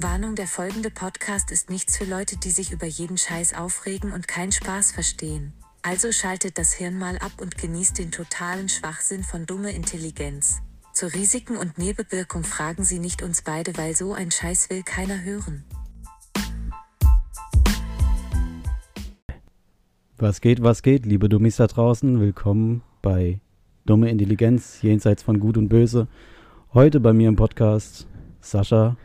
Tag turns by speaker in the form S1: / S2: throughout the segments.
S1: Warnung, der folgende Podcast ist nichts für Leute, die sich über jeden Scheiß aufregen und keinen Spaß verstehen. Also schaltet das Hirn mal ab und genießt den totalen Schwachsinn von dumme Intelligenz. Zu Risiken und Nebenwirkung fragen Sie nicht uns beide, weil so ein Scheiß will keiner hören.
S2: Was geht, was geht, liebe Dummies da draußen? Willkommen bei Dumme Intelligenz, jenseits von Gut und Böse. Heute bei mir im Podcast Sascha,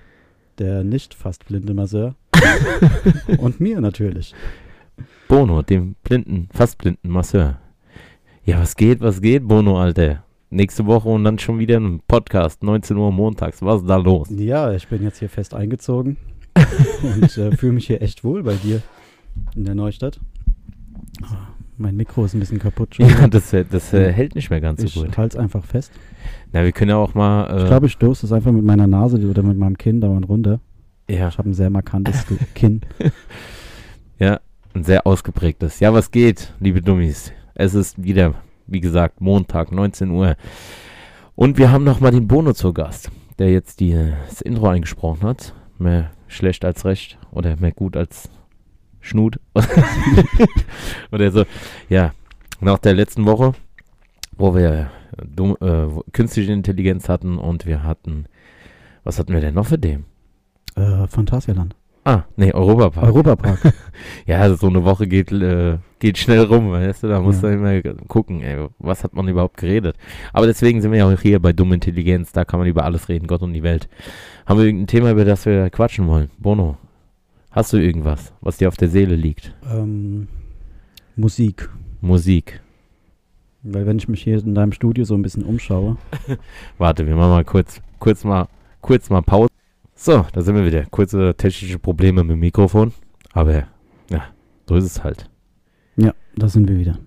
S2: der nicht fast blinde Masseur. und mir natürlich.
S3: Bono, dem blinden, fast blinden Masseur. Ja, was geht, was geht, Bono, Alter? Nächste Woche und dann schon wieder ein Podcast, 19 Uhr montags. Was ist da los?
S2: Ja, ich bin jetzt hier fest eingezogen und äh, fühle mich hier echt wohl bei dir in der Neustadt. Ah, mein Mikro ist ein bisschen kaputt schon.
S3: Ja, das, äh, das äh, hält nicht mehr ganz so
S2: ich
S3: gut. Äh.
S2: halte es einfach fest.
S3: Na, wir können ja auch
S2: Ich
S3: mal.
S2: glaube, ich stoße es einfach mit meiner Nase oder mit meinem Kinn dauernd runter.
S3: Äh, ja,
S2: Ich habe ein sehr markantes Ge- Kinn.
S3: ja, ein sehr ausgeprägtes. Ja, was geht, liebe Dummies? Es ist wieder, wie gesagt, Montag, 19 Uhr. Und wir haben nochmal den Bono zu Gast, der jetzt die, das Intro eingesprochen hat. Mehr schlecht als recht oder mehr gut als Schnut. oder so. Ja, nach der letzten Woche, wo wir dumm, äh, wo- künstliche Intelligenz hatten und wir hatten, was hatten wir denn noch für dem?
S2: Äh, Phantasialand.
S3: Ah, nee, Europapark.
S2: Europapark.
S3: Ja, also so eine Woche geht, äh, geht schnell rum, weißt du, da musst
S2: Ja.
S3: du immer gucken, ey, was hat man überhaupt geredet. Aber deswegen sind wir ja auch hier bei Dumme Intelligenz, da kann man über alles reden, Gott und die Welt. Haben wir irgendein Thema, über das wir quatschen wollen? Bono, hast du irgendwas, was dir auf der Seele liegt?
S2: ähm, Musik.
S3: Musik.
S2: Weil wenn ich mich hier in deinem Studio so ein bisschen umschaue,
S3: Warte, wir machen mal kurz, kurz mal, kurz mal Pause. So, da sind wir wieder. Kurze technische Probleme mit dem Mikrofon, aber ja, so ist es halt.
S2: ja, da sind wir wieder.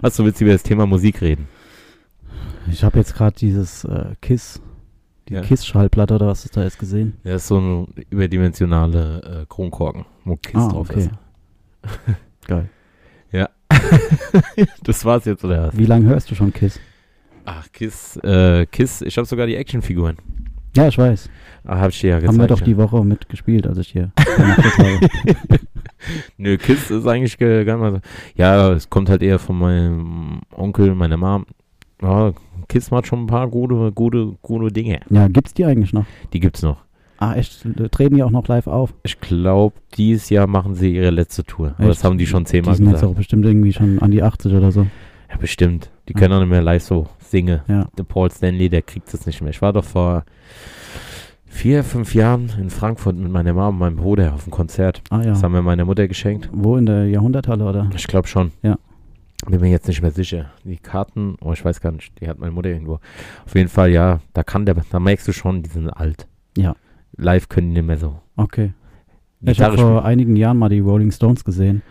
S3: Was, du willst über das Thema Musik reden?
S2: Ich habe jetzt gerade dieses äh, Kiss, die
S3: Ja.
S2: Kiss-Schallplatte oder was ist da jetzt gesehen?
S3: Ja, ist so ein überdimensionale äh, Kronkorken, wo Kiss
S2: Ah,
S3: drauf ist.
S2: Geil.
S3: Das war's jetzt, oder was?
S2: Wie lange hörst du schon Kiss?
S3: Ach, Kiss, äh, Kiss, ich habe sogar die Actionfiguren.
S2: Ja, ich weiß.
S3: Ah, hab ich dir ja gezeigt.
S2: Haben wir doch
S3: ja.
S2: die Woche mitgespielt, als ich hier gemacht habe.
S3: Nö, Kiss ist eigentlich ge- gar nicht mal so. Ja, es kommt halt eher von meinem Onkel, meiner Mom. Ja, Kiss macht schon ein paar gute, gute, gute Dinge.
S2: Ja, gibt's die eigentlich noch?
S3: Die gibt's noch.
S2: Ah, echt? Treten die auch noch live auf?
S3: Ich glaube, dieses Jahr machen sie ihre letzte Tour. Aber das
S2: Echt?
S3: haben die schon
S2: Die
S3: zehnmal
S2: sind jetzt
S3: gesagt.
S2: auch bestimmt irgendwie schon an die 80 oder so.
S3: Ja, bestimmt. Die
S2: Ja.
S3: können auch nicht mehr live so singen.
S2: Ja.
S3: Der Paul Stanley, der kriegt das nicht mehr. Ich war doch vor vier, fünf Jahren in Frankfurt mit meiner Mama und meinem Bruder auf einem Konzert.
S2: Ah
S3: Das
S2: ja.
S3: haben wir meiner Mutter geschenkt.
S2: Wo in der Jahrhunderthalle oder?
S3: Ich glaube schon.
S2: Ja.
S3: Bin mir jetzt nicht mehr sicher. Die Karten, oh, ich weiß gar nicht, die hat meine Mutter irgendwo. Auf jeden Fall, ja, da kann der, da merkst du schon, die sind alt.
S2: Ja.
S3: Live können die nicht mehr so.
S2: Okay. Ich habe
S3: Gitarre
S2: vor
S3: spielen.
S2: einigen Jahren mal die Rolling Stones gesehen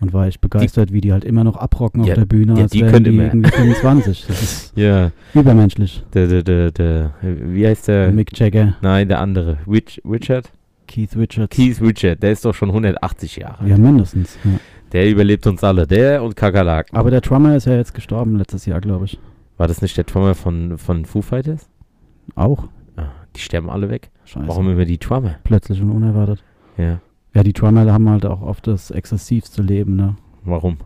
S2: und war echt begeistert, wie die halt immer noch abrocken auf
S3: Ja,
S2: der Bühne,
S3: ja,
S2: als
S3: die
S2: wären
S3: können
S2: die
S3: immer.
S2: irgendwie 25. Das ist
S3: Ja,
S2: übermenschlich.
S3: der, der, der, der, wie heißt der?
S2: Mick Jagger,
S3: Nein, der andere. Rich, Richard?
S2: Keith Richards.
S3: Keith Richard, der ist doch schon 180 Jahre alt.
S2: Ja, mindestens. Ja.
S3: Der überlebt uns alle, der und Kakerlaken.
S2: Aber der Drummer ist ja jetzt gestorben letztes Jahr, glaube ich.
S3: War das nicht der Drummer von, von Foo Fighters?
S2: Auch.
S3: Ah, die sterben alle weg.
S2: Scheiße.
S3: Warum immer die Drummer?
S2: Plötzlich und unerwartet.
S3: Ja,
S2: Ja, die Drummer haben halt auch oft das exzessivste Leben, ne?
S3: warum?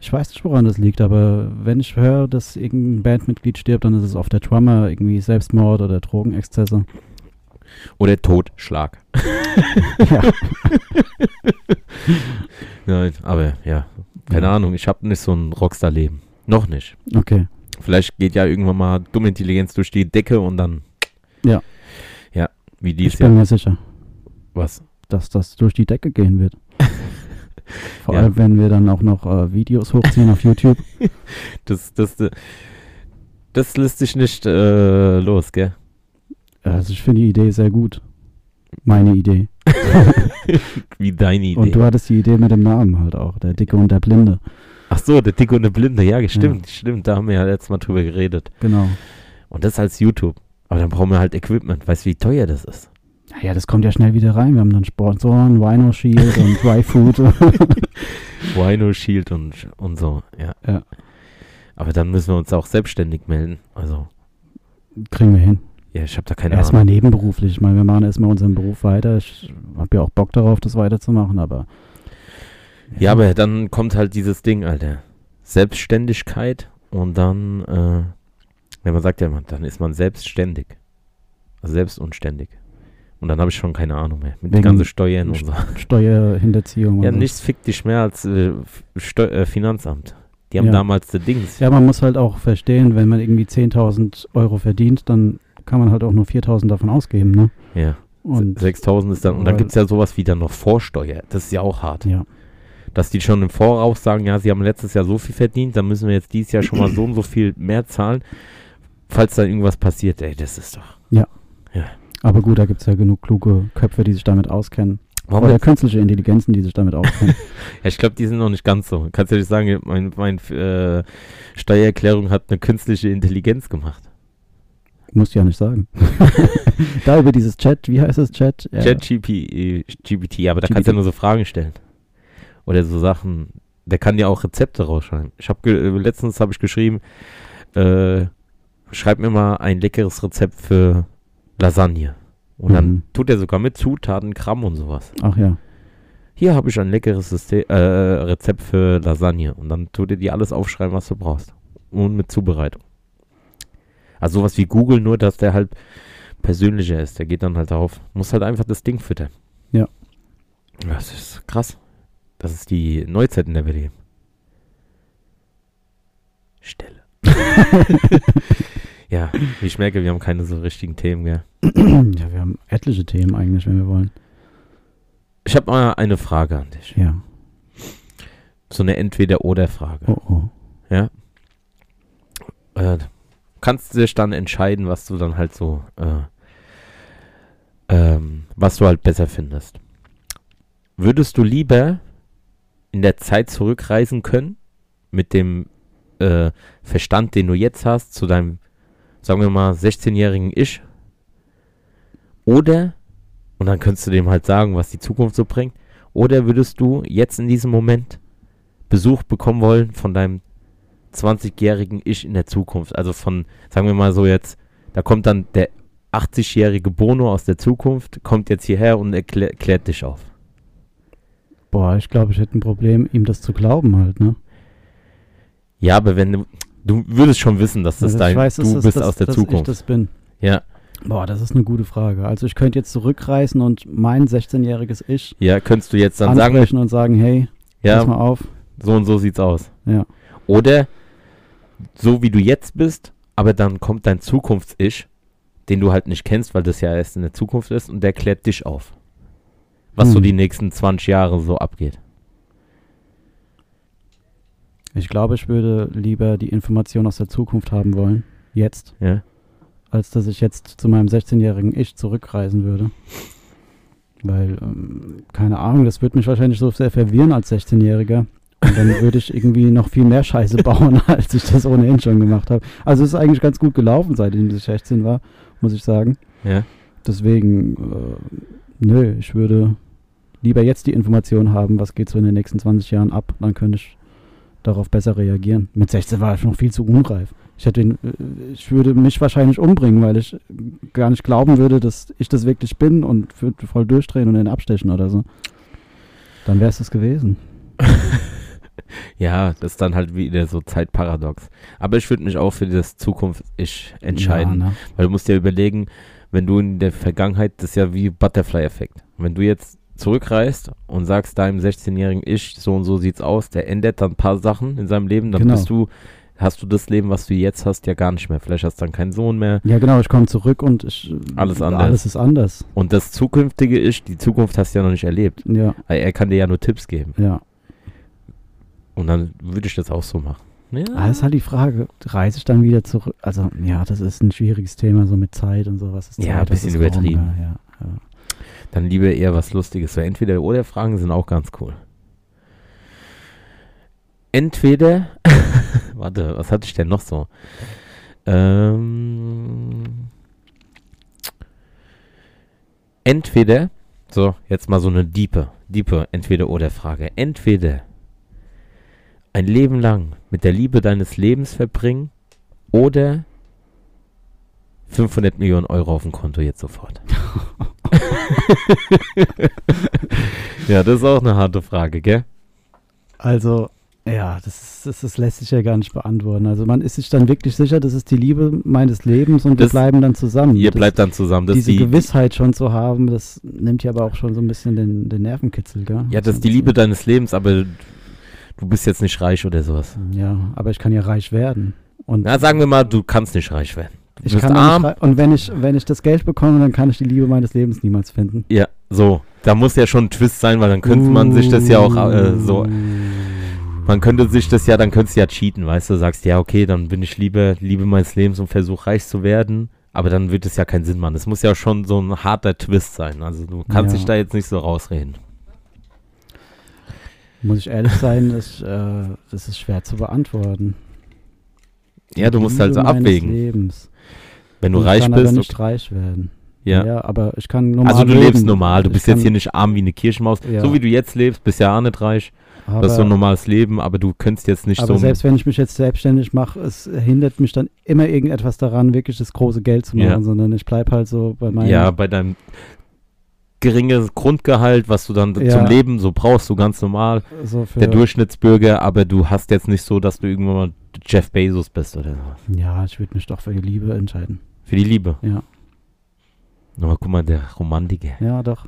S2: Ich weiß nicht, woran das liegt, aber wenn ich höre, dass irgendein Bandmitglied stirbt, dann ist es oft der Drummer, irgendwie Selbstmord oder Drogenexzesse.
S3: Oder Totschlag.
S2: ja.
S3: Nein, aber ja, keine Ahnung, ich habe nicht so ein Rockstar-Leben. Noch nicht.
S2: Okay.
S3: Vielleicht geht ja irgendwann mal dumme Intelligenz durch die Decke und dann.
S2: Ja.
S3: Ja, wie
S2: Ich
S3: dies
S2: bin
S3: ja.
S2: mir sicher,
S3: Was?
S2: dass das durch die Decke gehen wird. Vor
S3: Ja.
S2: allem, wenn wir dann auch noch äh, Videos hochziehen auf YouTube.
S3: Das, das, das, das lässt sich nicht äh, los, gell?
S2: Also ich finde die Idee sehr gut. Meine Idee.
S3: Wie deine Idee.
S2: Und du hattest die Idee mit dem Namen halt auch, der Dicke und der Blinde.
S3: Ach so, der Dicke und der Blinde, ja, stimmt, stimmt, da haben wir ja letztes Mal drüber geredet.
S2: Genau.
S3: Und das als YouTube. Aber dann brauchen wir halt Equipment, weißt du, wie teuer das ist?
S2: Ja, das kommt ja schnell wieder rein. Wir haben dann Sponsoren, Wino Shield und Dry Food.
S3: Rhino Shield und, und so, ja.
S2: Ja.
S3: Aber dann müssen wir uns auch selbstständig melden, also
S2: Kriegen wir hin.
S3: Ja, ich habe da keine Ahnung.
S2: Erstmal nebenberuflich. Ich meine, wir machen erstmal unseren Beruf weiter. Ich habe ja auch Bock darauf, das weiterzumachen, aber
S3: Ja, aber dann kommt halt dieses Ding, Alter. Selbstständigkeit und dann, äh, ja, man sagt ja immer, dann ist man selbstständig. Also selbstunständig. Und dann habe ich schon keine Ahnung mehr. Mit den
S2: Wegen
S3: ganzen Steuern und
S2: St-
S3: so.
S2: Steuerhinterziehung. und
S3: Ja,
S2: so.
S3: nichts fickt dich mehr als äh, F- Steu äh, Finanzamt. Die haben
S2: Ja.
S3: damals die Dings.
S2: Ja, man muss halt auch verstehen, wenn man irgendwie 10.000 Euro verdient, dann kann man halt auch nur 4.000 davon ausgeben, ne?
S3: Ja.
S2: Und
S3: 6000 ist dann. Und dann
S2: Weil-
S3: gibt es ja sowas wie dann noch Vorsteuer. Das ist ja auch hart.
S2: ja,
S3: Dass die schon im Voraus sagen, ja, sie haben letztes Jahr so viel verdient, dann müssen wir jetzt dieses Jahr schon mal so und so viel mehr zahlen. Falls dann irgendwas passiert, ey, das ist doch.
S2: aber gut, da gibt es ja genug kluge Köpfe, die sich damit auskennen.
S3: Warum
S2: Oder künstliche Intelligenzen, die sich damit auskennen.
S3: Ja, ich glaube, die sind noch nicht ganz so. Kannst du ja nicht sagen, mein, mein äh, Steuererklärung hat eine künstliche Intelligenz gemacht.
S2: Muss ich ja nicht sagen. da über dieses Chat, wie heißt das Chat? Ja.
S3: ChatGPT, ja, aber da kannst du ja
S2: GPT.
S3: nur so Fragen stellen. Oder so Sachen. Der kann ja auch Rezepte rausschreiben. Ich habe ge äh, letztens habe ich geschrieben, äh, schreib mir mal ein leckeres Rezept für Lasagne. Und
S2: Mhm.
S3: dann tut er sogar mit Zutaten, Kram und sowas.
S2: Ach ja.
S3: Hier habe ich ein leckeres System, äh, Rezept für Lasagne. Und dann tut ihr dir alles aufschreiben, was du brauchst. Und mit Zubereitung. Also sowas wie Google, nur dass der halt persönlicher ist. Der geht dann halt darauf. Muss halt einfach das Ding füttern.
S2: Ja.
S3: Das ist krass. Das ist die Neuzeit, in der wir leben. Stille. ja, ich merke, wir haben keine so richtigen Themen, gell?
S2: ja, wir haben etliche Themen eigentlich, wenn wir wollen.
S3: Ich habe mal eine Frage an dich.
S2: Ja.
S3: So eine Entweder-Oder-Frage.
S2: Oh oh.
S3: äh, kannst du dich dann entscheiden, was du dann halt so, äh, ähm, was du halt besser findest. Würdest du lieber in der Zeit zurückreisen können mit dem äh, Verstand, den du jetzt hast, zu deinem, sagen wir mal, 16-jährigen Ich? Oder, und dann könntest du dem halt sagen, was die Zukunft so bringt, oder würdest du jetzt in diesem Moment Besuch bekommen wollen von deinem 20-jährigen Ich in der Zukunft. Also von, sagen wir mal so jetzt, da kommt dann der 80-jährige Bono aus der Zukunft, kommt jetzt hierher und erklä klärt dich auf.
S2: Boah, ich glaube, ich hätte ein Problem, ihm das zu glauben halt, ne?
S3: Ja, aber wenn du, du würdest schon wissen, dass das
S2: Also
S3: dein,
S2: ich weiß, dass
S3: du
S2: das-
S3: bist
S2: dass,
S3: aus der
S2: dass Ich
S3: Zukunft.
S2: das bin.
S3: ja,
S2: Boah, das ist eine gute Frage. Also ich könnte jetzt zurückreisen und mein 16-jähriges Ich
S3: ja, könntest du jetzt dann sagen,
S2: ansprechen und sagen, hey, pass
S3: ja,
S2: mal auf.
S3: so und so sieht's aus.
S2: Ja.
S3: Oder so wie du jetzt bist, aber dann kommt dein Zukunfts-Ich, den du halt nicht kennst, weil das ja erst in der Zukunft ist, und der klärt dich auf. Was so
S2: Hm.
S3: die nächsten 20 Jahre so abgeht.
S2: Ich glaube, ich würde lieber die Information aus der Zukunft haben wollen, jetzt,
S3: Ja.
S2: als dass ich jetzt zu meinem 16-jährigen Ich zurückreisen würde. Weil, ähm, keine Ahnung, das würde mich wahrscheinlich so sehr verwirren als 16-Jähriger. Und dann würde ich irgendwie noch viel mehr Scheiße bauen, als ich das ohnehin schon gemacht habe. Also es ist eigentlich ganz gut gelaufen, seitdem ich 16 war, muss ich sagen.
S3: Ja.
S2: Deswegen, äh, nö, ich würde lieber jetzt die Information haben, was geht so in den nächsten 20 Jahren ab. Dann könnte ich darauf besser reagieren. Mit 16 war ich noch viel zu unreif. Ich, hätte, ihn, äh, ich würde mich wahrscheinlich umbringen, weil ich gar nicht glauben würde, dass ich das wirklich bin und würde voll durchdrehen und den abstechen oder so. Dann wäre es das gewesen.
S3: Ja, das ist dann halt wieder so Zeitparadox. Aber ich würde mich auch für das Zukunft-Ich entscheiden.
S2: Ja, ne?
S3: Weil du musst dir überlegen, wenn du in der Vergangenheit, das ist ja wie Butterfly-Effekt. Wenn du jetzt zurückreist und sagst deinem 16-jährigen Ich, so und so sieht's aus, der ändert dann ein paar Sachen in seinem Leben, dann
S2: Genau.
S3: bist du, hast du das Leben, was du jetzt hast, ja gar nicht mehr. Vielleicht hast du dann keinen Sohn mehr.
S2: ja genau, ich komme zurück und ich, äh,
S3: Alles anders.
S2: alles ist anders.
S3: Und das zukünftige Ich, die Zukunft hast du ja noch nicht erlebt.
S2: Ja,
S3: Weil Er kann dir ja nur Tipps geben.
S2: ja.
S3: Und dann würde ich das auch so machen. Ja.
S2: Ah, ist halt die Frage, reise ich dann wieder zurück? Also, ja, das ist ein schwieriges Thema, so mit Zeit und sowas. Ist Zeit,
S3: Ja, ein bisschen
S2: das ist Raum,
S3: übertrieben.
S2: Ja, ja,
S3: Dann lieber eher was Lustiges. Weil entweder oder Fragen sind auch ganz cool. Entweder, warte, was hatte ich denn noch so? Ähm, entweder, so, jetzt mal so eine diepe, diepe entweder oder Frage. Entweder ein Leben lang mit der Liebe deines Lebens verbringen oder 500 Millionen Euro auf dem Konto jetzt sofort. ja, das ist auch eine harte Frage, gell?
S2: Also, ja, das, ist, das, das lässt sich ja gar nicht beantworten. Also man ist sich dann wirklich sicher, das ist die Liebe meines Lebens und
S3: Das-
S2: wir bleiben dann zusammen.
S3: Ihr
S2: das,
S3: bleibt dann zusammen. Das ist
S2: diese
S3: die,
S2: Gewissheit schon zu haben, das nimmt ja aber auch schon so ein bisschen den, den Nervenkitzel, gell?
S3: ja, das ist die Liebe deines Lebens, aber du bist jetzt nicht reich oder sowas.
S2: Ja, aber ich kann ja reich werden. Und
S3: Na, sagen wir mal, du kannst nicht reich werden. Du
S2: ich
S3: bist
S2: kann ja
S3: arm.
S2: nicht rei- und wenn ich, wenn ich das Geld bekomme, dann kann ich die Liebe meines Lebens niemals finden.
S3: Ja, so. Da muss ja schon ein Twist sein, weil dann könnte man sich das ja auch äh, so. Man könnte sich das ja, dann könntest du ja cheaten, weißt du? Sagst ja, okay, dann bin ich lieber, Liebe meines Lebens und versuche reich zu werden. Aber dann wird es ja keinen Sinn machen. Es muss ja schon so ein harter Twist sein. Also du kannst
S2: Ja.
S3: dich da jetzt nicht so rausreden.
S2: Muss ich ehrlich sein, das, äh, das ist schwer zu beantworten.
S3: Ja, du musst halt so
S2: Liebe meines
S3: abwägen.
S2: Lebens.
S3: Wenn du
S2: ich
S3: reich
S2: kann aber
S3: bist,
S2: nicht
S3: okay,
S2: reich werden.
S3: ja.
S2: aber ich kann normal
S3: Also du
S2: leben.
S3: lebst normal, du
S2: Ich
S3: bist jetzt
S2: kann-
S3: hier nicht arm wie eine Kirschmaus.
S2: Ja.
S3: So wie du jetzt lebst, bist ja auch nicht reich.
S2: aber,
S3: das ist so ein normales Leben, aber du könntest jetzt nicht
S2: aber
S3: so.
S2: selbst wenn ich mich jetzt selbstständig mache, es hindert mich dann immer irgendetwas daran, wirklich das große Geld zu machen,
S3: Ja.
S2: sondern ich bleibe halt so bei meinem
S3: Ja, bei deinem geringen Grundgehalt, was du dann
S2: Ja.
S3: zum Leben so brauchst, so ganz normal,
S2: so für,
S3: der Durchschnittsbürger, aber du hast jetzt nicht so, dass du irgendwann mal Jeff Bezos bist oder so.
S2: Ja, ich würde mich doch für die Liebe entscheiden.
S3: Für die Liebe.
S2: Ja.
S3: Aber guck mal, der Romantiker.
S2: Ja, doch.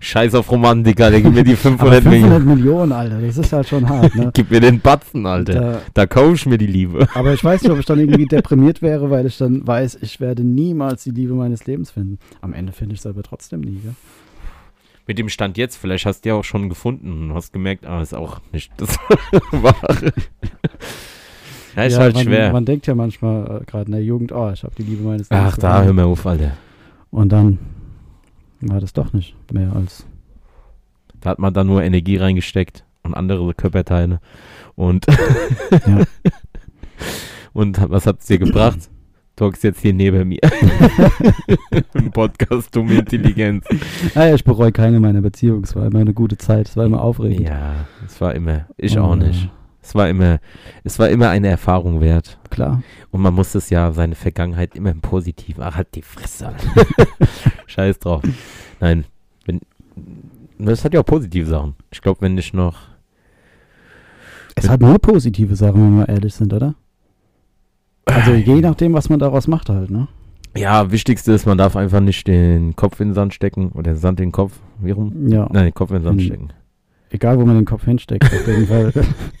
S3: Scheiß auf Romantiker, der gib mir die
S2: Aber
S3: 500 Millionen.
S2: 500 Millionen, Alter, das ist halt schon hart, ne?
S3: Gib mir den Batzen, Alter.
S2: Da,
S3: Da kauf ich mir die Liebe.
S2: aber ich weiß nicht, ob ich dann irgendwie deprimiert wäre, weil ich dann weiß, ich werde niemals die Liebe meines Lebens finden. Am Ende finde ich es aber trotzdem nie, gell?
S3: Mit dem Stand jetzt, vielleicht hast du ja auch schon gefunden und hast gemerkt, ah, ist auch nicht das Wahre. ja, ist
S2: ja,
S3: halt
S2: man,
S3: schwer.
S2: Man denkt ja manchmal äh, gerade in der Jugend, oh, ich habe die Liebe meines Lebens.
S3: Ach, da hör
S2: gefunden.
S3: mir auf, Alter.
S2: Und dann war das doch nicht mehr als.
S3: Da hat man dann nur Energie reingesteckt und andere Körperteile. Und,
S2: Ja.
S3: und was hat's dir gebracht? Du hockst jetzt hier neben mir. Im Podcast Dumme Intelligenz.
S2: Naja, Ah ich bereue keine meiner Beziehungen. Es war immer eine gute Zeit. Es war immer aufregend.
S3: Ja, es war immer. Ich
S2: Und, äh,
S3: auch nicht. Es war immer, es war immer eine Erfahrung wert.
S2: äh, Klar.
S3: Und man muss es ja seine Vergangenheit immer im Positiven. Ach, halt die Fresse. Scheiß drauf. Nein, wenn, das hat ja auch positive Sachen. Ich glaube, wenn ich noch
S2: Es hat nur positive Sachen, wenn wir ehrlich sind, oder? Also je nachdem, was man daraus macht halt, ne?
S3: Ja, wichtigste ist, man darf einfach nicht den Kopf in den Sand stecken oder den Sand in den Kopf. Wie rum?
S2: Ja.
S3: Nein, den Kopf in den Sand
S2: Hm.
S3: stecken.
S2: Egal, wo man den Kopf hinsteckt, auf jeden Fall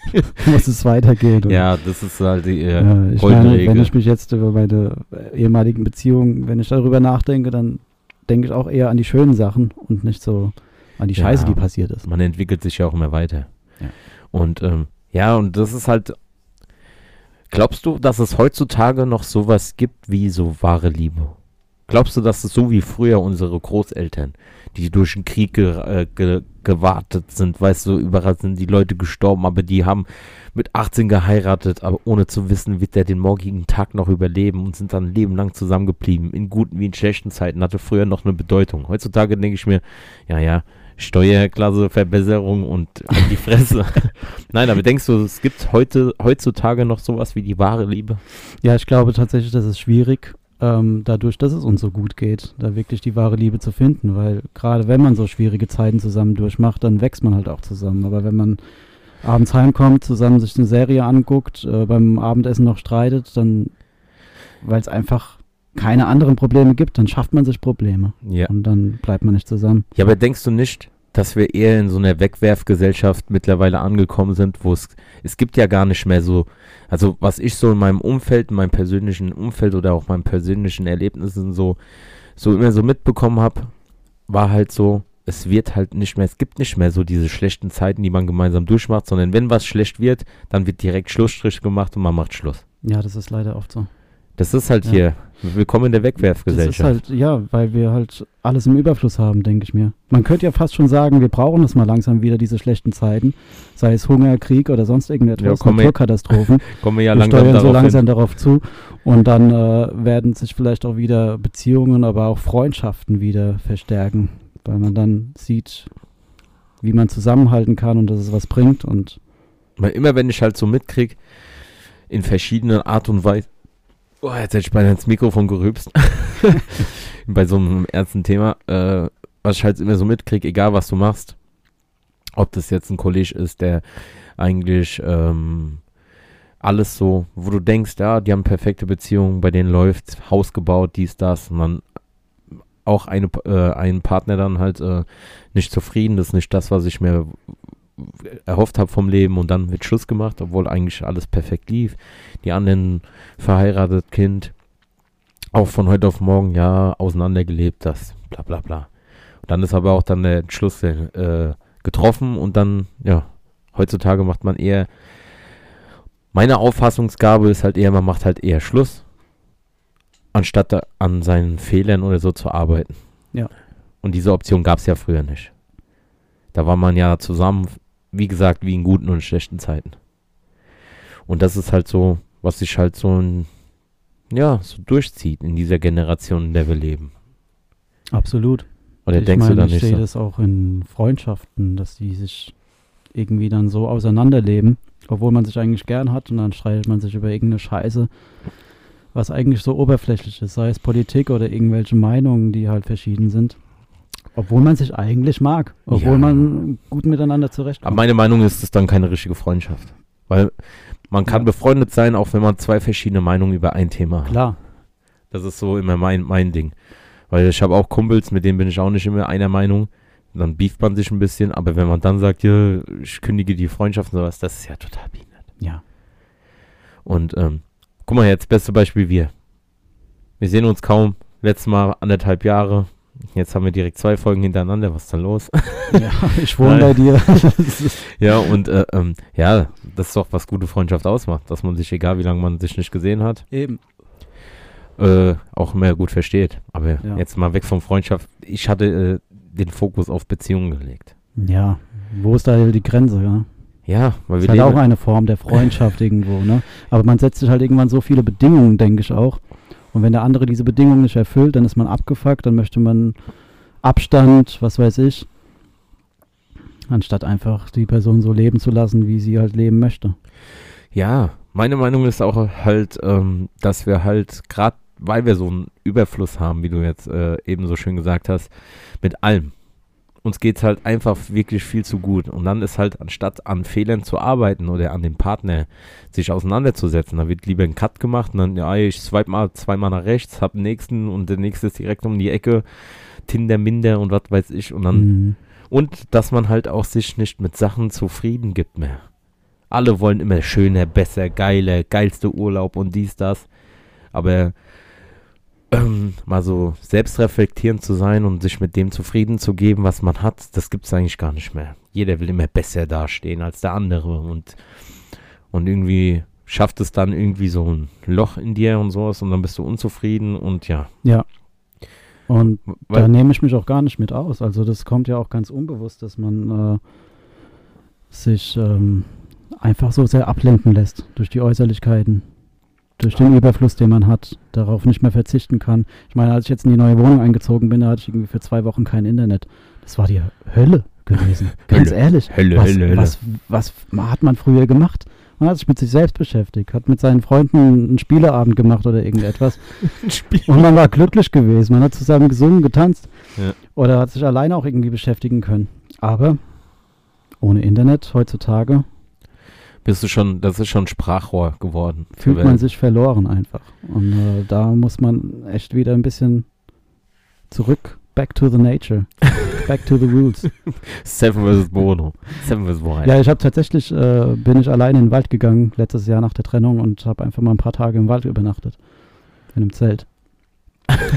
S2: muss es weitergehen. Und,
S3: Ja, das ist halt die äh,
S2: äh, ich
S3: goldene
S2: meine, wenn
S3: Regel.
S2: ich mich jetzt über meine äh, ehemaligen Beziehungen, wenn ich darüber nachdenke, dann denke ich auch eher an die schönen Sachen und nicht so an die
S3: Ja.
S2: Scheiße, die passiert ist.
S3: man entwickelt sich ja auch immer weiter.
S2: Ja.
S3: Und ähm, ja, und das ist halt. Glaubst du, dass es heutzutage noch sowas gibt wie so wahre Liebe? Glaubst du, dass es so wie früher unsere Großeltern, die durch den Krieg ge äh, ge gewartet sind, weißt du, überall sind die Leute gestorben, aber die haben mit 18 geheiratet, aber ohne zu wissen, wird der den morgigen Tag noch überleben und sind dann lebenlang zusammengeblieben. In guten wie in schlechten Zeiten hatte früher noch eine Bedeutung. Heutzutage denke ich mir, ja, ja, Steuerklasse, Verbesserung und halt die Fresse. Nein, aber denkst du, es gibt heute, heutzutage noch sowas wie die wahre Liebe?
S2: Ja, ich glaube tatsächlich, das ist schwierig, ähm, dadurch, dass es uns so gut geht, da wirklich die wahre Liebe zu finden, weil gerade wenn man so schwierige Zeiten zusammen durchmacht, dann wächst man halt auch zusammen. Aber wenn man abends heimkommt, zusammen sich eine Serie anguckt, äh, beim Abendessen noch streitet, dann, weil es einfach keine anderen Probleme gibt, dann schafft man sich Probleme
S3: Ja.
S2: und dann bleibt man nicht zusammen.
S3: Ja, aber denkst du nicht, dass wir eher in so einer Wegwerfgesellschaft mittlerweile angekommen sind, wo es, es gibt ja gar nicht mehr so, also was ich so in meinem Umfeld, in meinem persönlichen Umfeld oder auch meinen persönlichen Erlebnissen so, so immer so mitbekommen habe, war halt so, es wird halt nicht mehr, es gibt nicht mehr so diese schlechten Zeiten, die man gemeinsam durchmacht, sondern wenn was schlecht wird, dann wird direkt Schlussstrich gemacht und man macht Schluss.
S2: Ja, das ist leider oft so.
S3: Das ist halt
S2: Ja.
S3: hier, willkommen in der Wegwerfgesellschaft.
S2: Das ist halt, ja, weil wir halt alles im Überfluss haben, denke ich mir. Man könnte ja fast schon sagen, wir brauchen das mal langsam wieder, diese schlechten Zeiten. Sei es Hunger, Krieg oder sonst
S3: Ja,
S2: irgendetwas,
S3: komm, ey.
S2: Naturkatastrophen.
S3: Kommen wir ja
S2: wir
S3: langsam
S2: steuern
S3: darauf
S2: so
S3: hin.
S2: langsam darauf zu. Und dann äh, werden sich vielleicht auch wieder Beziehungen, aber auch Freundschaften wieder verstärken, weil man dann sieht, wie man zusammenhalten kann und dass es was bringt. Und
S3: Weil immer wenn ich halt so mitkrieg, in verschiedenen Art und Weise, Oh, jetzt hätte ich beinahe ins Mikrofon gerübst. Bei so einem ernsten Thema. Äh, was ich halt immer so mitkriege, egal was du machst, ob das jetzt ein Kollege ist, der eigentlich ähm, alles so, wo du denkst, ja, die haben perfekte Beziehungen, bei denen läuft Haus gebaut, dies, das, und dann auch eine, äh, ein Partner dann halt äh, nicht zufrieden, das ist nicht das, was ich mir erhofft habe vom Leben und dann wird Schluss gemacht, obwohl eigentlich alles perfekt lief. Die anderen verheiratet, Kind, auch von heute auf morgen, ja, auseinandergelebt, das, bla bla bla. Und dann ist aber auch dann der Entschluss äh, getroffen und dann, ja, heutzutage macht man eher, meine Auffassungsgabe ist halt eher, man macht halt eher Schluss, anstatt da an seinen Fehlern oder so zu arbeiten.
S2: Ja.
S3: Und diese Option gab es ja früher nicht. Da war man ja zusammen, wie gesagt, wie in guten und schlechten Zeiten. Und das ist halt so, was sich halt so, ein, ja, so durchzieht in dieser Generation, in der wir leben.
S2: Absolut.
S3: Oder denkst
S2: meine,
S3: du da
S2: ich
S3: nicht
S2: sehe
S3: so?
S2: das auch in Freundschaften, dass die sich irgendwie dann so auseinanderleben, obwohl man sich eigentlich gern hat und dann streitet man sich über irgendeine Scheiße, was eigentlich so oberflächlich ist, sei es Politik oder irgendwelche Meinungen, die halt verschieden sind. Obwohl man sich eigentlich mag, obwohl
S3: Ja.
S2: man gut miteinander
S3: Aber
S2: zurechtkommt.
S3: meine Meinung ist, es ist dann keine richtige Freundschaft. Weil man kann
S2: Ja.
S3: befreundet sein, auch wenn man zwei verschiedene Meinungen über ein Thema hat.
S2: Klar,
S3: Das ist so immer mein, mein Ding. Weil ich habe auch Kumpels, mit denen bin ich auch nicht immer einer Meinung. Dann beeft man sich ein bisschen, aber wenn man dann sagt, ja, ich kündige die Freundschaft und sowas, das ist ja total behindert.
S2: ja.
S3: Und ähm, guck mal, jetzt beste Beispiel wir. Wir sehen uns kaum. Letztes Mal anderthalb Jahre. Jetzt haben wir direkt zwei Folgen hintereinander. Was ist da los?
S2: ja ich wohne bei
S3: Nein.
S2: dir. Das ist-
S3: ja, und äh, ähm, ja, das ist doch, was gute Freundschaft ausmacht, dass man sich, egal wie lange man sich nicht gesehen hat,
S2: Eben.
S3: äh, auch immer gut versteht. Aber
S2: Ja.
S3: jetzt mal weg von Freundschaft. Ich hatte äh, den Fokus auf Beziehungen gelegt.
S2: Ja, wo ist da die Grenze, ja?
S3: Ja, weil wir
S2: ist halt auch
S3: leben-
S2: eine Form der Freundschaft irgendwo, ne? Aber man setzt sich halt irgendwann so viele Bedingungen, denke ich auch. Und wenn der andere diese Bedingungen nicht erfüllt, dann ist man abgefuckt, dann möchte man Abstand, was weiß ich. Anstatt einfach die Person so leben zu lassen, wie sie halt leben möchte.
S3: Ja, meine Meinung ist auch halt, ähm, dass wir halt gerade, weil wir so einen Überfluss haben, wie du jetzt äh, eben so schön gesagt hast, mit allem. Uns geht's halt einfach wirklich viel zu gut. Und dann ist halt, anstatt an Fehlern zu arbeiten oder an dem Partner sich auseinanderzusetzen, da wird lieber ein Cut gemacht und dann, ja, ich swipe mal zweimal nach rechts, hab den nächsten und der nächste ist direkt um die Ecke, Tinder minder und was weiß ich. Und dann
S2: Mhm.
S3: und dass man halt auch sich nicht mit Sachen zufrieden gibt mehr. Alle wollen immer schöner, besser, geiler, geilste Urlaub und dies, das. Aber ähm, mal so selbstreflektierend zu sein und sich mit dem zufrieden zu geben, was man hat, das gibt es eigentlich gar nicht mehr. Jeder will immer besser dastehen als der andere und, und irgendwie schafft es dann irgendwie so ein Loch in dir und sowas und dann bist du unzufrieden und ja.
S2: Ja. Und
S3: Weil-
S2: da nehme ich mich auch gar nicht mit aus. Also das kommt ja auch ganz unbewusst, dass man äh, sich ähm, einfach so sehr ablenken lässt durch die Äußerlichkeiten, durch den Überfluss, den man hat, darauf nicht mehr verzichten kann. Ich meine, als ich jetzt in die neue Wohnung eingezogen bin, da hatte ich irgendwie für zwei Wochen kein Internet. Das war die Hölle gewesen. Ganz
S3: Hölle.
S2: ehrlich.
S3: Hölle,
S2: was, Was, was hat man früher gemacht? Man hat sich mit sich selbst beschäftigt, hat mit seinen Freunden einen Spieleabend gemacht oder irgendetwas. Und man war glücklich gewesen. Man hat zusammen gesungen, getanzt
S3: Ja.
S2: oder hat sich alleine auch irgendwie beschäftigen können. Aber ohne Internet heutzutage
S3: Bist du schon, das ist schon Sprachrohr geworden. zur
S2: fühlt
S3: Welt.
S2: man sich verloren einfach. Und äh, da muss man echt wieder ein bisschen zurück. Back to the nature. Back to the rules.
S3: Seven vs. Bono. Seven vs. Bono.
S2: Ja, ich habe tatsächlich, äh, bin ich alleine in den Wald gegangen, letztes Jahr nach der Trennung und habe einfach mal ein paar Tage im Wald übernachtet. In einem Zelt.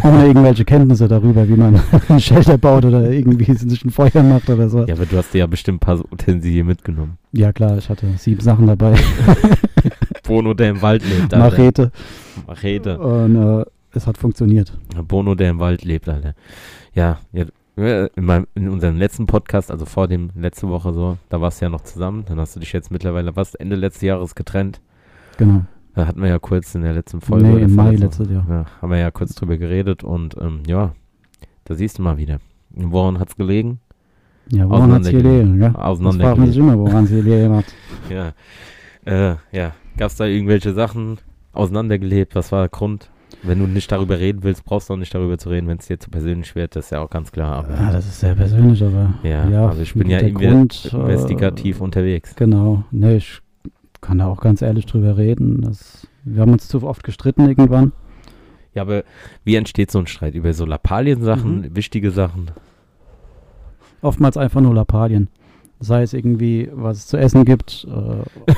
S2: Ohne irgendwelche Kenntnisse darüber, wie man ein Shelter baut oder irgendwie sich ein Feuer macht oder so.
S3: Ja, aber du hast dir ja bestimmt ein paar so Utensilien mitgenommen.
S2: Ja klar, ich hatte sieben Sachen dabei,
S3: Bono, der im Wald lebt, Alter.
S2: Machete
S3: Machete.
S2: und äh, es hat funktioniert.
S3: Bono, der im Wald lebt, Alter. Ja, ja in, meinem, in unserem letzten Podcast, also vor dem, letzte Woche so, da warst du ja noch zusammen. Dann hast du dich jetzt mittlerweile, was, Ende letzten Jahres getrennt.
S2: Genau.
S3: Da hatten wir ja kurz in der letzten Folge.
S2: nee,
S3: oder
S2: im Mai
S3: vorletzte-
S2: letztes Jahr.
S3: Ja, haben wir ja kurz drüber geredet und ähm, ja, da siehst du mal wieder. Woran hat's gelegen?
S2: Ja, woran hat es
S3: Auseinandergelegt.
S2: gelegen? Ja? Das
S3: Auseinander.
S2: fragt man sich immer, woran es gelegen hat.
S3: Ja. Äh, ja. Gab es da irgendwelche Sachen, auseinandergelebt? Was war der Grund? Wenn du nicht darüber reden willst, brauchst du auch nicht darüber zu reden, wenn es dir zu persönlich wird, das ist ja auch ganz klar. Aber
S2: Ja, das ist sehr persönlich, aber
S3: Ja, aber ich bin ja
S2: der
S3: inve-
S2: Grund,
S3: investigativ unterwegs.
S2: Äh, genau, ne, ich kann da auch ganz ehrlich drüber reden. Das, wir haben uns zu oft gestritten irgendwann.
S3: Ja, aber wie entsteht so ein Streit? Über so Lappalien-Sachen, wichtige Sachen?
S2: Oftmals einfach nur Lappalien. Sei es irgendwie, was es zu essen gibt. Äh,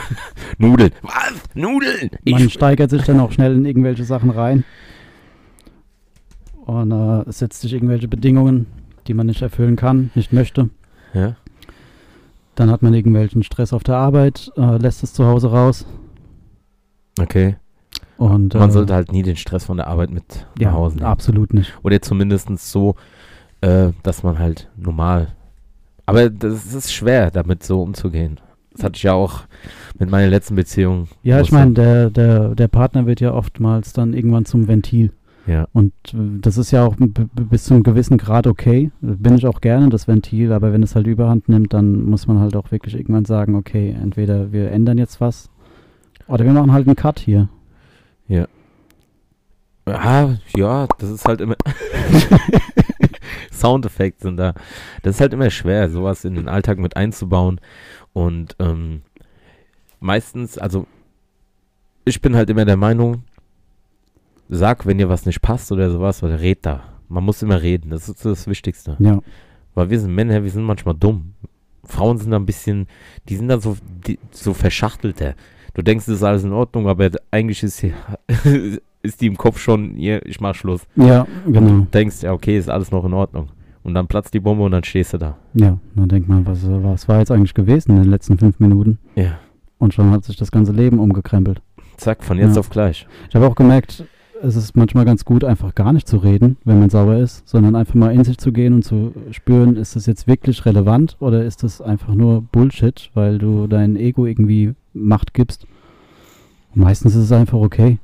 S3: Nudeln. Was? Nudeln?
S2: man
S3: Ich,
S2: steigert sich dann auch schnell in irgendwelche Sachen rein und äh, setzt sich irgendwelche Bedingungen, die man nicht erfüllen kann, nicht möchte.
S3: ja?
S2: Dann hat man irgendwelchen Stress auf der Arbeit, äh, lässt es zu Hause raus.
S3: Okay.
S2: Und,
S3: Man
S2: äh,
S3: sollte halt nie den Stress von der Arbeit mit
S2: ja,
S3: nach Hause nehmen.
S2: absolut nicht.
S3: Oder zumindestens so, äh, dass man halt normal. Aber das ist schwer, damit so umzugehen. Das hatte ich ja auch mit meiner letzten Beziehung.
S2: Ja,
S3: wo
S2: ich
S3: es
S2: meine,
S3: dann-
S2: der, der, der Partner wird ja oftmals dann irgendwann zum Ventil.
S3: Ja.
S2: Und äh, das ist ja auch b- b- bis zu einem gewissen Grad okay. Bin ich auch gerne das Ventil, aber wenn es halt überhand nimmt, dann muss man halt auch wirklich irgendwann sagen, okay, entweder wir ändern jetzt was oder wir machen halt einen Cut hier.
S3: Ah, ja, das ist halt immer. Soundeffekte sind da. Das ist halt immer schwer, sowas in den Alltag mit einzubauen. Und ähm, meistens, also ich bin halt immer der Meinung, sag, wenn dir was nicht passt oder sowas, oder red da. Man muss immer reden, das ist das Wichtigste.
S2: Ja,
S3: Weil wir sind Männer, wir sind manchmal dumm. Frauen sind da ein bisschen, die sind da so, die, so verschachtelter. Du denkst, es ist alles in Ordnung, aber eigentlich ist, sie- ist die im Kopf schon, ihr, ich mach Schluss.
S2: ja, genau.
S3: Du denkst, ja, okay, ist alles noch in Ordnung. Und dann platzt die Bombe und dann stehst du da.
S2: Ja, dann denkt man, was, was war jetzt eigentlich gewesen in den letzten fünf Minuten?
S3: Ja.
S2: Und schon hat sich das ganze Leben umgekrempelt.
S3: Zack, von jetzt
S2: Ja.
S3: auf gleich.
S2: Ich habe auch gemerkt, es ist manchmal ganz gut, einfach gar nicht zu reden, wenn man sauer ist, sondern einfach mal in sich zu gehen und zu spüren, ist das jetzt wirklich relevant oder ist das einfach nur Bullshit, weil du dein Ego irgendwie Macht gibst. Und meistens ist es einfach okay.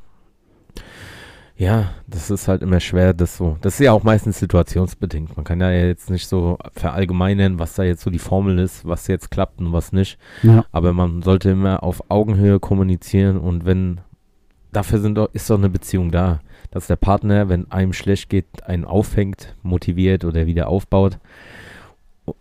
S3: Ja, das ist halt immer schwer, das so. Das ist ja auch meistens situationsbedingt. Man kann ja jetzt nicht so verallgemeinern, was da jetzt so die Formel ist, was jetzt klappt und was nicht.
S2: Ja,
S3: Aber man sollte immer auf Augenhöhe kommunizieren und wenn dafür sind doch, ist doch eine Beziehung da, dass der Partner, wenn einem schlecht geht, einen auffängt, motiviert oder wieder aufbaut.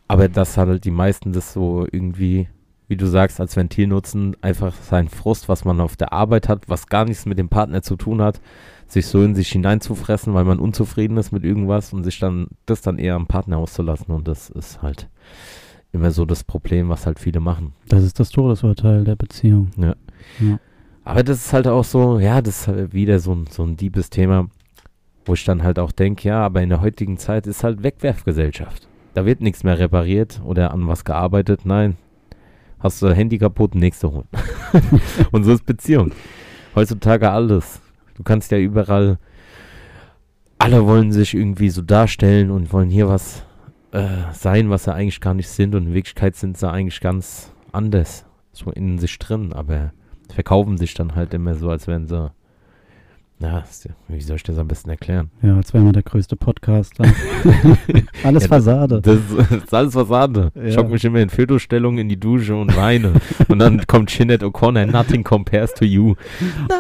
S3: Aber dass halt die meisten das so irgendwie, wie du sagst, als Ventil nutzen, einfach seinen Frust, was man auf der Arbeit hat, was gar nichts mit dem Partner zu tun hat, sich so in sich hineinzufressen, weil man unzufrieden ist mit irgendwas und sich dann das dann eher am Partner auszulassen und das ist halt immer so das Problem, was halt viele machen.
S2: das ist das Todesurteil der Beziehung.
S3: Aber das ist halt auch so, ja, das ist halt wieder so ein, so ein liebes Thema, wo ich dann halt auch denke, ja, aber in der heutigen Zeit ist halt Wegwerfgesellschaft. Da wird nichts mehr repariert oder an was gearbeitet. Nein. Hast du dein Handy kaputt, nächste holen. Und so ist Beziehung. Heutzutage alles. Du kannst ja überall, alle wollen sich irgendwie so darstellen und wollen hier was äh, sein, was sie eigentlich gar nicht sind. Und in Wirklichkeit sind sie eigentlich ganz anders. So in sich drin, aber verkaufen sich dann halt immer so, als wären sie. Na, ist ja- wie soll ich das am besten erklären?
S2: Ja, als wären wir der größte Podcaster. Alles
S3: Ja,
S2: Fassade.
S3: Das ist, das ist alles Fassade.
S2: Ja.
S3: Ich hock mich immer in Fötusstellung in die Dusche und weine. und dann kommt Jeanette O'Connor, nothing compares to you.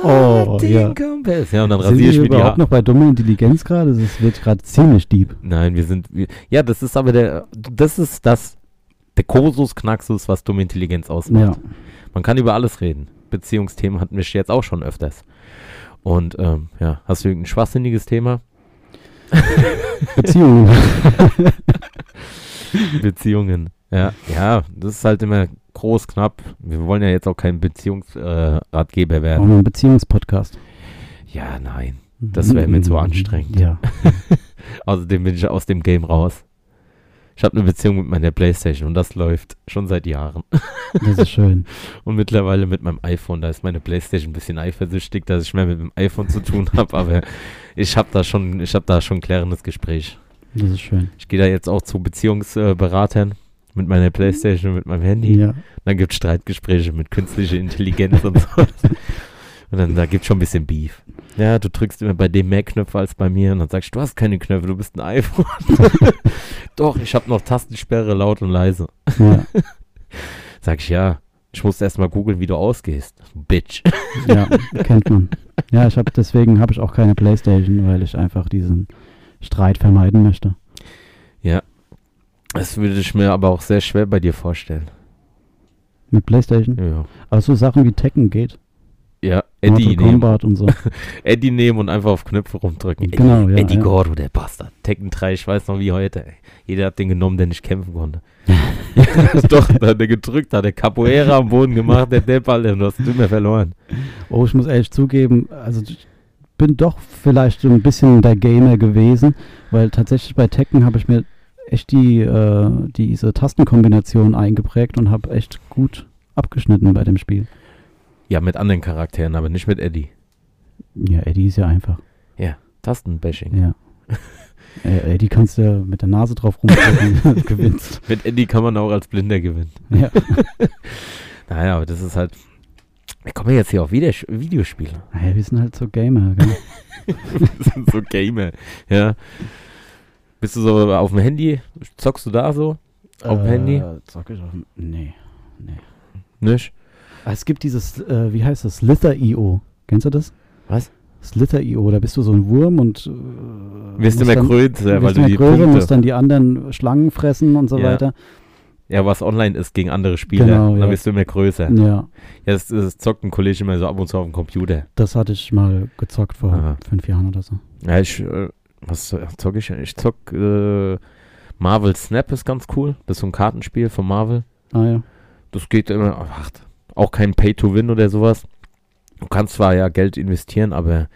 S2: Oh, ja.
S3: compares. Ja, und dann
S2: Sind
S3: rasiere ich
S2: wir
S3: mir die
S2: überhaupt
S3: Haare.
S2: noch bei dummer Intelligenz gerade? Das wird gerade ziemlich deep.
S3: Nein, wir sind. Wir, ja, das ist aber der. Das ist das. Der Kosus Knaxus, was dumme Intelligenz ausmacht.
S2: Ja,
S3: Man kann über alles reden. Beziehungsthemen hatten wir jetzt auch schon öfters. Und ähm, ja, hast du irgendein schwachsinniges Thema?
S2: Beziehungen.
S3: Beziehungen. Ja, ja, das ist halt immer groß, knapp. Wir wollen ja jetzt auch kein Beziehungsratgeber äh, Ratgeber werden.
S2: Warum ein Beziehungspodcast?
S3: Ja, nein. Das wäre mir zu anstrengend.
S2: Mhm. Ja.
S3: Außerdem bin ich aus dem Game raus. Ich habe eine Beziehung mit meiner Playstation und das läuft schon seit Jahren.
S2: Das ist schön.
S3: Und mittlerweile mit meinem iPhone. Da ist meine Playstation ein bisschen eifersüchtig, dass ich mehr mit dem iPhone zu tun habe. Aber ich habe da schon, ich habe da schon ein klärendes Gespräch.
S2: Das ist schön.
S3: Ich gehe da jetzt auch zu Beziehungsberatern mit meiner Playstation, mit meinem Handy.
S2: Ja.
S3: Dann gibt es Streitgespräche mit künstlicher Intelligenz und so. Und dann da gibt es schon ein bisschen Beef. Ja, du drückst immer bei dem mehr Knöpfe als bei mir. Und dann sagst du, du hast keine Knöpfe, du bist ein iPhone. Doch, ich habe noch Tastensperre laut und leise.
S2: Ja.
S3: Sag ich, ja, ich muss erst mal googeln, wie du ausgehst. Bitch.
S2: ja, kennt man. Ja, ich habe deswegen habe ich auch keine Playstation, weil ich einfach diesen Streit vermeiden möchte.
S3: Das würde ich mir aber auch sehr schwer bei dir vorstellen.
S2: Mit Playstation.
S3: Ja,
S2: Aber so Sachen wie Tekken geht.
S3: ja Eddie,
S2: Mortal
S3: nehmen,
S2: Kombat und so.
S3: Eddie nehmen und einfach auf Knöpfe rumdrücken.
S2: Genau, ja,
S3: Eddie
S2: ja.
S3: Gordo, der Bastard. Tekken 3, ich weiß noch wie heute. Ey. Jeder hat den genommen, der nicht kämpfen konnte. Doch, der, der gedrückt hat, der Capoeira am Boden gemacht, der Depp, Alter, du hast nicht mehr verloren.
S2: Oh, ich muss ehrlich zugeben, also ich bin doch vielleicht so ein bisschen der Gamer gewesen, weil tatsächlich bei Tekken habe ich mir echt die, äh, diese Tastenkombination eingeprägt und habe echt gut abgeschnitten bei dem Spiel.
S3: Ja, mit anderen Charakteren, aber nicht mit Eddie.
S2: Ja, Eddie ist ja einfach.
S3: Tastenbashing.
S2: Ja. Äh, Eddie kannst du ja mit der Nase drauf rumdrücken, gewinnst.
S3: Mit Eddie kann man auch als Blinder gewinnen.
S2: Ja.
S3: Naja, aber das ist halt. Wir kommen ja jetzt hier auf Videosch- Videospiele.
S2: Naja, wir sind halt so Gamer, gell?
S3: Das sind so Gamer. Ja. Bist du so auf dem Handy? Zockst du da so? Auf dem Handy?
S2: Zock Äh, ich auf dem... Nee.
S3: Nicht? Ah,
S2: Es gibt dieses, äh, wie heißt das? Slither.io. Kennst du das?
S3: Was?
S2: Slither.io, da bist du so ein Wurm und äh,
S3: Wirst immer
S2: dann,
S3: größer, weil
S2: wirst
S3: du
S2: immer
S3: die
S2: größer, musst
S3: Punkte.
S2: dann die anderen Schlangen fressen und so
S3: Ja.
S2: weiter.
S3: Ja, was online ist gegen andere Spieler.
S2: Genau,
S3: dann
S2: ja. Mhm.
S3: wirst du immer größer. Ja,
S2: Ja,
S3: das, das zockt ein Kollege immer so ab und zu auf dem Computer.
S2: das hatte ich mal gezockt vor
S3: Aha.
S2: fünf Jahren oder so.
S3: Ja, ich. Äh, was zocke ich? Ich zock. Äh, Marvel Snap ist ganz cool. Das ist so ein Kartenspiel von Marvel.
S2: Ah ja.
S3: Das geht immer, ach, auch kein Pay-to-Win oder sowas. Du kannst zwar ja Geld investieren, aber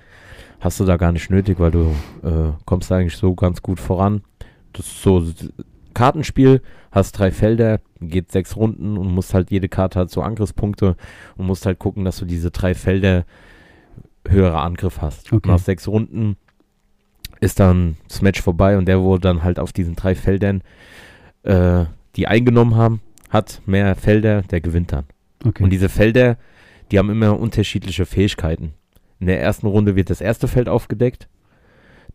S3: hast du da gar nicht nötig, weil du äh, kommst da eigentlich so ganz gut voran. Das ist so s- Kartenspiel, hast drei Felder, geht sechs Runden und musst halt, jede Karte hat so Angriffspunkte und musst halt gucken, dass du diese drei Felder höherer Angriff hast.
S2: Okay.
S3: Nach sechs Runden ist dann das Match vorbei und der, wo dann halt auf diesen drei Feldern, äh, die eingenommen haben, hat mehr Felder, der gewinnt dann.
S2: Okay.
S3: Und diese Felder, die haben immer unterschiedliche Fähigkeiten. In der ersten Runde wird das erste Feld aufgedeckt,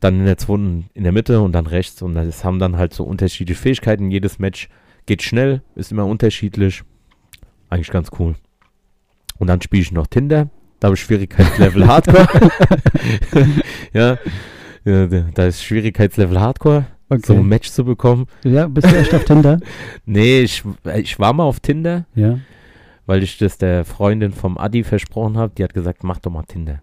S3: dann in der zweiten in der Mitte und dann rechts. Und das haben dann halt so unterschiedliche Fähigkeiten. Jedes Match geht schnell, ist immer unterschiedlich. Eigentlich ganz cool. Und dann spiele ich noch Tinder. Da habe ich Schwierigkeitslevel Hardcore. ja, ja, da da ist Schwierigkeitslevel Hardcore, so ein
S2: okay.
S3: Match zu bekommen.
S2: ja, bist du echt auf Tinder?
S3: Nee, ich, ich war mal auf Tinder.
S2: Ja.
S3: weil ich das der Freundin vom Adi versprochen habe. Die hat gesagt, mach doch mal Tinder.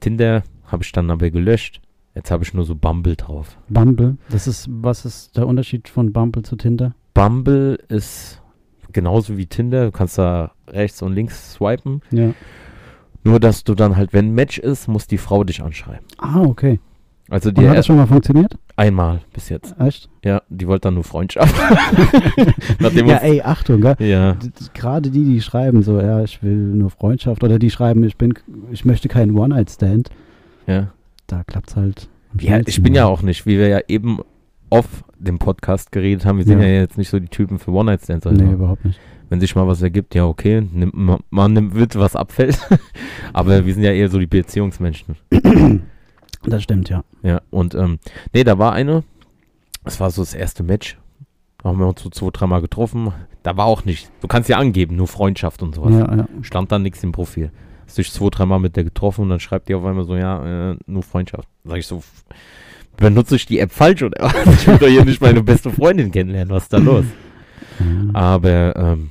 S3: Tinder habe ich dann aber gelöscht. Jetzt habe ich nur so Bumble drauf.
S2: Bumble. Das ist, was ist der Unterschied von Bumble zu Tinder?
S3: Bumble ist genauso wie Tinder. Du kannst da rechts und links swipen.
S2: Ja.
S3: Nur, dass du dann halt, wenn ein Match ist, muss die Frau dich anschreiben.
S2: Ah, okay.
S3: Also
S2: Und
S3: die
S2: hat das schon mal funktioniert?
S3: einmal bis jetzt.
S2: Echt?
S3: Ja, die wollte dann nur Freundschaft. Nachdem
S2: Ja,
S3: uns-
S2: ey, Achtung, gell?
S3: ja.
S2: D- d- Gerade die, die schreiben so, ja, ich will nur Freundschaft oder die schreiben, ich bin, ich möchte keinen One-Night-Stand,
S3: ja.
S2: da klappt's halt. am
S3: Ja, ich
S2: schnellsten.
S3: bin ja auch nicht, wie wir ja eben auf dem Podcast geredet haben, wir sind ja,
S2: Ja.
S3: jetzt nicht so die Typen für One-Night-Stands. Also.
S2: Nee, überhaupt nicht.
S3: Wenn sich mal was ergibt, ja okay, nimmt, ma- man nimmt mit, was abfällt. Aber wir sind ja eher so die Beziehungsmenschen.
S2: Das stimmt, ja.
S3: Ja, und ähm, nee, da war eine, das war so das erste Match, da haben wir uns so zwei, dreimal getroffen. Da war auch nicht, du kannst ja angeben, nur Freundschaft und sowas.
S2: Ja, ja.
S3: Stand da nichts im Profil. Hast dich zwei, dreimal mit der getroffen und dann schreibt die auf einmal so, ja, äh, nur Freundschaft. Sag ich so, f- benutze ich die App falsch oder was? Ich will doch hier nicht meine beste Freundin kennenlernen, was ist da los?
S2: Ja.
S3: Aber, ähm,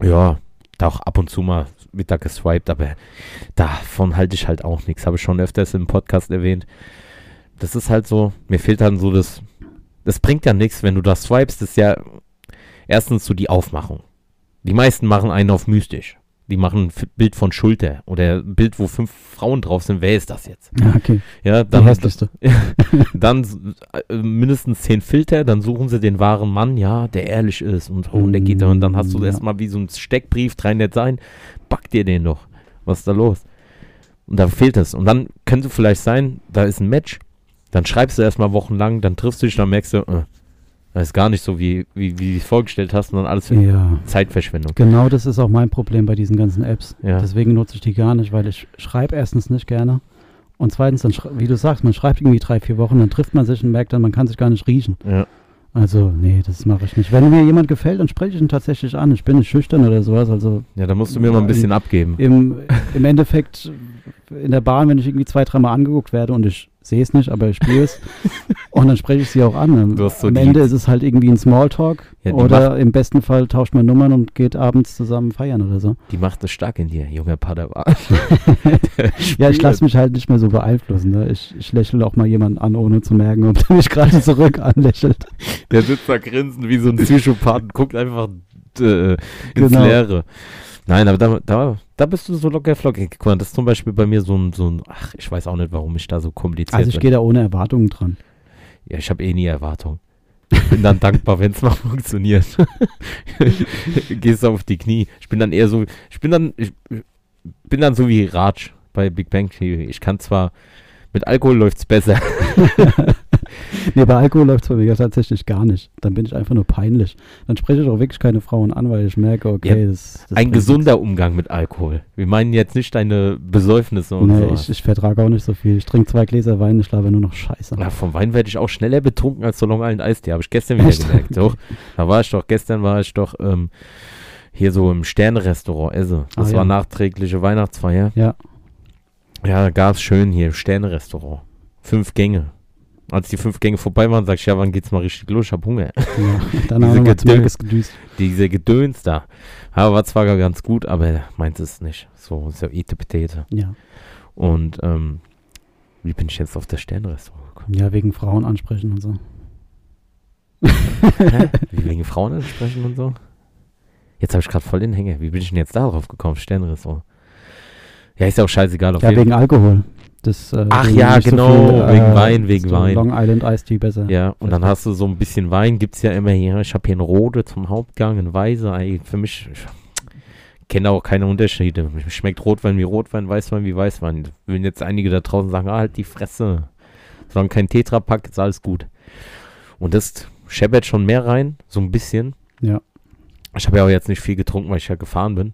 S3: ja, da auch ab und zu mal Mittag geswiped, aber davon halte ich halt auch nichts. Habe ich schon öfters im Podcast erwähnt. Das ist halt so, mir fehlt dann so das, das bringt ja nichts, wenn du das swipest, ist ja erstens so die Aufmachung. Die meisten machen einen auf mystisch. Die machen ein F- Bild von Schulter oder ein Bild, wo fünf Frauen drauf sind. Wer ist das jetzt?
S2: ja, okay.
S3: Ja,
S2: Die
S3: dann,
S2: hässlichste.
S3: dann s- äh, mindestens zehn Filter, dann suchen sie den wahren Mann, ja, der ehrlich ist und, oh, und der geht da. Und dann hast du
S2: Mm, Ja.
S3: erstmal wie so ein Steckbrief, 300 sein, pack dir den doch. Was ist da los? Und da fehlt es. Und dann könnte vielleicht sein, da ist ein Match, dann schreibst du erstmal wochenlang, dann triffst du dich, dann merkst du, äh, das ist gar nicht so, wie, wie, wie du es vorgestellt hast, und dann alles für
S2: Ja.
S3: Zeitverschwendung.
S2: Genau das ist auch mein Problem bei diesen ganzen Apps.
S3: Ja.
S2: Deswegen nutze ich die gar nicht, weil ich schreibe erstens nicht gerne und zweitens, dann schrei- wie du sagst, man schreibt irgendwie drei, vier Wochen, dann trifft man sich und merkt dann, man kann sich gar nicht riechen.
S3: Ja.
S2: Also, nee, das mache ich nicht. Wenn mir jemand gefällt, dann spreche ich ihn tatsächlich an. Ich bin nicht schüchtern oder sowas. Also
S3: Ja, da musst du mir mal ein bisschen abgeben.
S2: im, im Endeffekt in der Bahn, wenn ich irgendwie zwei, dreimal angeguckt werde und ich sehe es nicht, aber ich spiele es und dann spreche ich sie auch an.
S3: Du hast so
S2: Am
S3: die-
S2: Ende ist es halt irgendwie ein Smalltalk
S3: Ja, die
S2: oder im besten Fall tauscht man Nummern und geht abends zusammen feiern oder so.
S3: Die macht es stark in dir, junger Padawan. Der
S2: Ja, ich
S3: spürt.
S2: lasse mich halt nicht mehr so beeinflussen. Ne? Ich, ich lächle auch mal jemanden an, ohne zu merken, ob der mich gerade zurück anlächelt.
S3: Der sitzt da grinsend wie so ein Psychopath und guckt einfach äh, ins
S2: Genau.
S3: Leere. Nein, aber da, da, da bist du so locker flockig. Guck mal, das ist zum Beispiel bei mir so ein, so ein, ach, ich weiß auch nicht, warum ich da so kompliziert
S2: Also ich
S3: bin.
S2: gehe da ohne Erwartungen dran.
S3: Ja, ich habe eh nie Erwartungen. Bin dann dankbar, wenn es mal funktioniert. Gehst auf die Knie. Ich bin dann eher so, ich bin dann, ich bin dann so wie Raj bei Big Bang Theory. Ich kann zwar, mit Alkohol läuft's besser.
S2: Nee, bei Alkohol läuft es bei mir tatsächlich gar nicht. Dann bin ich einfach nur peinlich. Dann spreche ich auch wirklich keine Frauen an, weil ich merke, okay,
S3: Ja,
S2: das, das
S3: Ein
S2: bringt
S3: gesunder Umgang mit Alkohol. Wir meinen jetzt nicht deine Besäufnisse und
S2: Nee,
S3: so.
S2: ich, ich vertrage auch nicht so viel. Ich trinke zwei Gläser Wein, ich schlafe nur noch Scheiße.
S3: Na, vom Wein werde ich auch schneller betrunken als so Long Island Eistee, habe ich gestern wieder
S2: Echt?
S3: gemerkt. Doch, da war ich doch, gestern war ich doch ähm, hier so im Sternrestaurant esse. Das
S2: Ah,
S3: war
S2: ja.
S3: nachträgliche Weihnachtsfeier.
S2: Ja.
S3: Ja, da gab es schön hier, Sternrestaurant. Fünf Gänge. Als die fünf Gänge vorbei waren, sag ich, ja, wann geht's mal richtig los? Ich hab Hunger.
S2: Ja. Dann haben wir
S3: Diese
S2: mal zu
S3: Gedöns.
S2: Merkes gedüst.
S3: Diese Gedöns da. Ja, war zwar ganz gut, aber meint es nicht. So, so Etepetete.
S2: Ja.
S3: Und ähm, wie bin ich jetzt auf das Sternrestaurant gekommen?
S2: ja, wegen Frauen ansprechen und so.
S3: Hä? Wie wegen Frauen ansprechen und so? Jetzt habe ich gerade voll den Hänger. Wie bin ich denn jetzt darauf gekommen? Sternrestaurant. Ja, ist ja auch scheißegal. Auf
S2: ja,
S3: jeden
S2: wegen Alkohol. Das, äh,
S3: Ach
S2: wegen
S3: ja,
S2: nicht äh,
S3: genau, wegen Wein, wegen
S2: so
S3: Wein.
S2: Long Island Ice Tea besser.
S3: Ja, und dann hast du so ein bisschen Wein, gibt's ja immer hier. Ich habe hier einen Rode zum Hauptgang, einen Weiße. Ey, für mich, ich kenne auch keine Unterschiede. Mir schmeckt Rotwein wie Rotwein, Weißwein wie Weißwein. Würden jetzt einige da draußen sagen, ah, halt die Fresse. Solange kein Tetrapack ist alles gut. Und das scheppert schon mehr rein, so ein bisschen.
S2: Ja.
S3: Ich habe ja auch jetzt nicht viel getrunken, weil ich ja gefahren bin.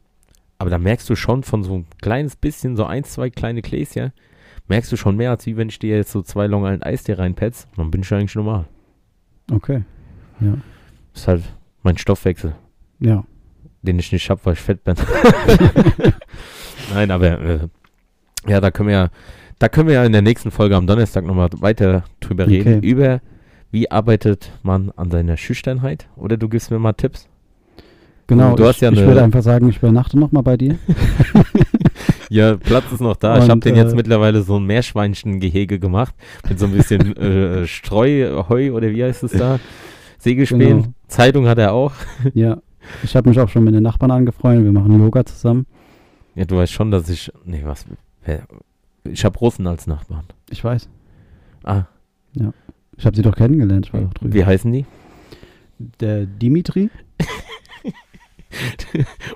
S3: Aber da merkst du schon von so ein kleines bisschen, so ein, zwei kleine Gläschen, merkst du schon mehr, als wie wenn ich dir jetzt so zwei Long Island Eistee reinpetz. Dann bin ich ja eigentlich normal.
S2: Okay. Ja.
S3: Das ist halt mein Stoffwechsel,
S2: Ja.
S3: den ich nicht habe, weil ich fett bin. Nein, aber äh, ja, da können wir ja, da können wir ja in der nächsten Folge am Donnerstag nochmal weiter drüber
S2: Okay.
S3: reden. Über wie arbeitet man an seiner Schüchternheit? Oder du gibst mir mal Tipps.
S2: Genau.
S3: Du
S2: ich
S3: hast ja
S2: ich
S3: eine-
S2: würde einfach sagen, ich übernachte nochmal bei dir.
S3: Ja, Platz ist noch da. ich
S2: Und,
S3: habe den jetzt
S2: äh,
S3: mittlerweile so ein Meerschweinchengehege gemacht. Mit so ein bisschen äh, Streu, Heu oder wie heißt es da? Segelspähen.
S2: Genau.
S3: Zeitung hat er auch.
S2: ja. Ich habe mich auch schon mit den Nachbarn angefreundet. Wir machen Yoga zusammen.
S3: Ja, du weißt schon, dass ich. Nee, was? wer- Ich habe Russen als Nachbarn.
S2: Ich weiß.
S3: Ah,
S2: Ich habe sie doch kennengelernt. Ich war doch drüben.
S3: wie heißen die?
S2: Der Dimitri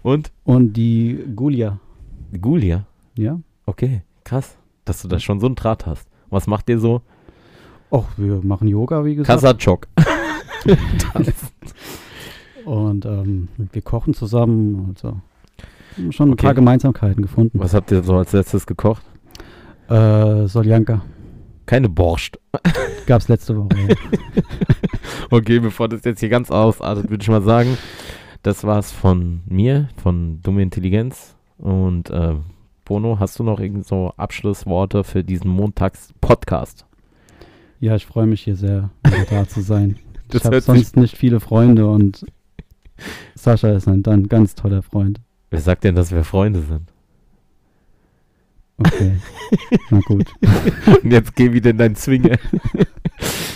S3: Und?
S2: und die Gulia.
S3: Gulia.
S2: Ja.
S3: Okay, krass, dass du da schon so einen Draht hast. Was macht ihr so?
S2: Och, wir machen Yoga, wie gesagt.
S3: Kasachok.
S2: Und ähm, wir kochen zusammen und so. Schon ein
S3: Okay.
S2: paar Gemeinsamkeiten gefunden.
S3: Was habt ihr so als letztes gekocht?
S2: Äh, Soljanka
S3: Keine Borscht.
S2: gab es letzte Woche. ja.
S3: Okay, bevor das jetzt hier ganz ausartet, würde ich mal sagen, das war's von mir, von Dumme Intelligenz. Und äh, Bono, hast du noch irgend so Abschlussworte für diesen Montags-Podcast?
S2: ja, ich freue mich hier sehr, wieder da zu sein.
S3: Das
S2: ich habe
S3: hört sich-
S2: sonst nicht viele Freunde und Sascha ist ein dann ganz toller Freund.
S3: Wer sagt denn, dass wir Freunde sind?
S2: Okay. Na gut.
S3: Und jetzt geh wieder in deinen Zwinger.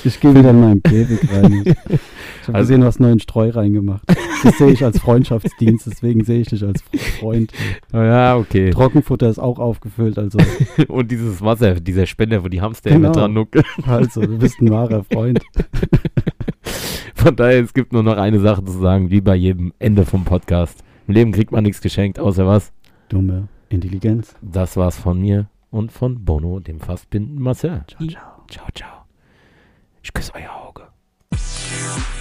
S2: Ich gehe wieder in meinen Käfig rein. Ich habe
S3: Also-
S2: gesehen, du hast neuen Streu reingemacht. Das sehe ich als Freundschaftsdienst, deswegen sehe ich dich als Freund.
S3: Oh Ja, okay.
S2: Trockenfutter ist auch aufgefüllt, also,
S3: Und dieses Wasser, dieser Spender, wo die Hamster
S2: Genau.
S3: immer dran nuckeln.
S2: also du bist ein wahrer Freund.
S3: Von daher, es gibt nur noch eine Sache zu sagen, wie bei jedem Ende vom Podcast. Im Leben kriegt man nichts geschenkt, außer was.
S2: Dumme Intelligenz.
S3: Das war's von mir und von Bono, dem Fassbinden Marcel.
S2: Ciao, ciao.
S3: ciao. ciao. Ich küsse euer Auge.